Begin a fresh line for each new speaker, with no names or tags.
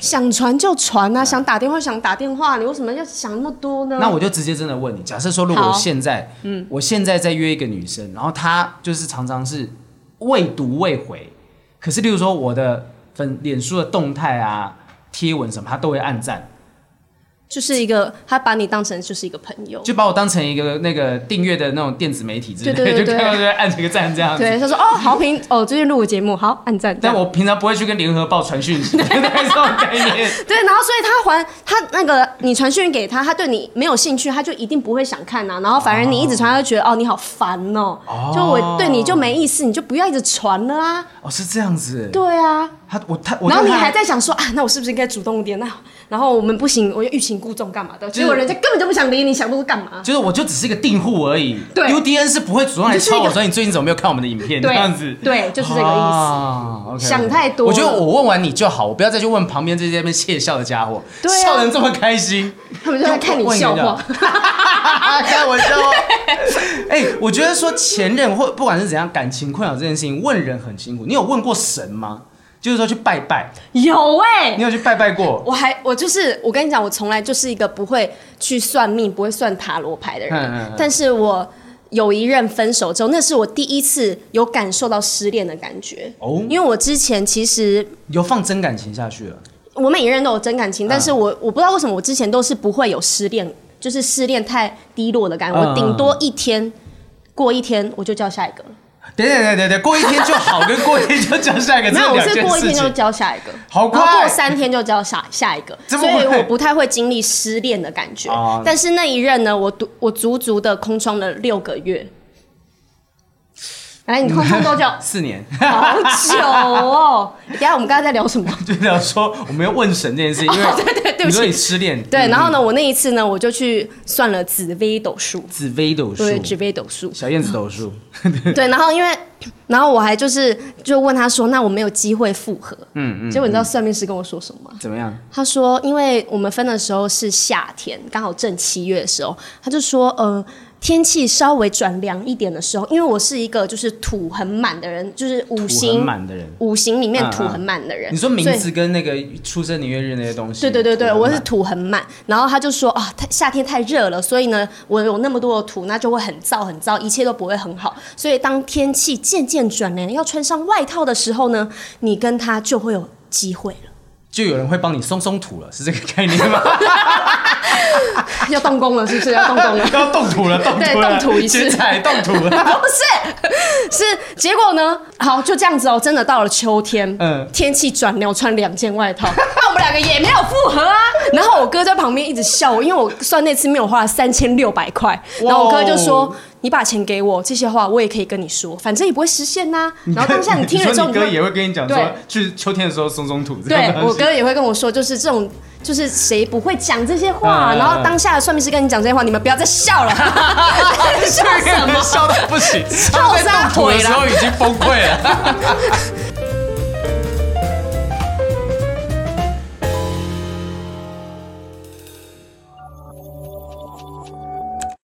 想传就传啊，想打电话想打电话，你为什么要想那么多呢？
那我就直接真的问你，假设说如果
嗯好
我现在，嗯，我现在在约一个女生，然后她就是常常是未读未回，可是例如说我的粉脸书的动态啊、贴文什么，她都会按赞，
就是一个他把你当成就是一个朋友，
就把我当成一个那个订阅的那种电子媒体之类的，
对对对对
就看到就会按这个赞这样子。
对，他说哦好评哦，最近录我节目好按赞，
但我平常不会去跟联合报传 讯息，大概这种概念。
对，然后所以他还他那个你传讯给他，他对你没有兴趣，他就一定不会想看呐、啊然后反而你一直传，他就觉得哦你好烦哦，就我对你就没意思，你就不要一直传了啊。
哦，是这样子。
对啊，
他我他我
然后
对
你
他
还在想说啊，那我是不是应该主动一点？那然后我们不行，我就欲擒故纵干嘛的？
是
结果人家根本就不想理你，想说干嘛？
就是我就只是一个订户而已。
对
，UDN 是不会主动来
你就是
敲
一
我
个
说你最近怎么没有看我们的影片这
对
样子。
对就是这个意思
啊 OK，OK
想太多了
我觉得我问完你就好，我不要再去问旁边这些被窃笑的家伙，
对啊
笑人这么开心。
他们就在看你笑话。
开玩 笑哦。哎、我觉得说前任或不管是怎样感情困扰这件事情，问人很辛苦。你有问过神吗？就是说去拜拜，
有哎、
你有去拜拜过？
我还我就是我跟你讲，我从来就是一个不会去算命、不会算塔罗牌的人。
嗯嗯嗯
但是我有一任分手之后，那是我第一次有感受到失恋的感觉。
哦
因为我之前其实
有放真感情下去了。
我每一任都有真感
嗯
情，但是我我不知道为什么我之前都是不会有失恋，就是失恋太低落的感觉。
嗯嗯嗯
我顶多一天过一天，我就叫下一个了。
等等等等等，过一天就好，跟过一天就交下一 个，这
没有，我
两
是
件
过一
事
天就
情。
交下一个，
好快
然后过三天就交下下一个，
这
所
么快
以我不太会经历失恋的感觉。
哦
但是那一任呢，我足我足足的空窗了六个月。来，你空窗多久？
四年，
好久哦！等一下我们刚才在聊什么？
就聊说我们要问神这件事情，因为
哦对 对对不起
你说你失恋，
对，
嗯
然后呢，我那一次呢，我就去算了紫微斗数，
紫薇斗数，
对，紫微斗 数，
小燕子斗数，
对，然后因为，然后我还就是就问他说，那我没有机会复合，嗯嗯，结果你知道算命师跟我说什么吗？
怎么样？
他说，因为我们分的时候是夏天，刚好正七月的时候，他就说，呃，天气稍微转凉一点的时候，因为我是一个就是土很满的人，就是五
土很
行
满的人。
五行里面
嗯
土
嗯
很满的人。
你说名
所以
字跟那个出生年月日那些东西，
对对对对，
土很
我
满
是土很满，然后他就说啊，太夏天太热了，所以呢，我有那么多的土，那就会很燥很燥，一切都不会很好。所以当天气渐渐转凉，要穿上外套的时候呢，你跟他就会有机会了，
就有人会帮你松松土了，是这个概念 吗？
要动工了，是不是要动工了？
要动土了，动
对
土
动
了，
土一次
剪彩动土 了。
不是，是结果呢？好，就这样子哦。真的到了秋天，
嗯
天气转凉，我穿两件外套， 那我们两个也没有复合啊。然后我哥在旁边一直笑我，因为我算那次没有花了三千六百块，然后我哥就
哇哦
说。你把钱给我，这些话我也可以跟你说，反正也不会实现呐、然后当下你听了之后，
你
你
说
会
你哥也会跟你讲
对
说，去秋天的时候松松土。这
对
样东
我
西
哥也会跟我说，就是这种，就是谁不会讲这些话，
嗯嗯嗯
然后当下的算命师跟你讲这些话，你们不要再笑 了， 笑什么？
笑到不行，他们在动土的时候已经崩溃了。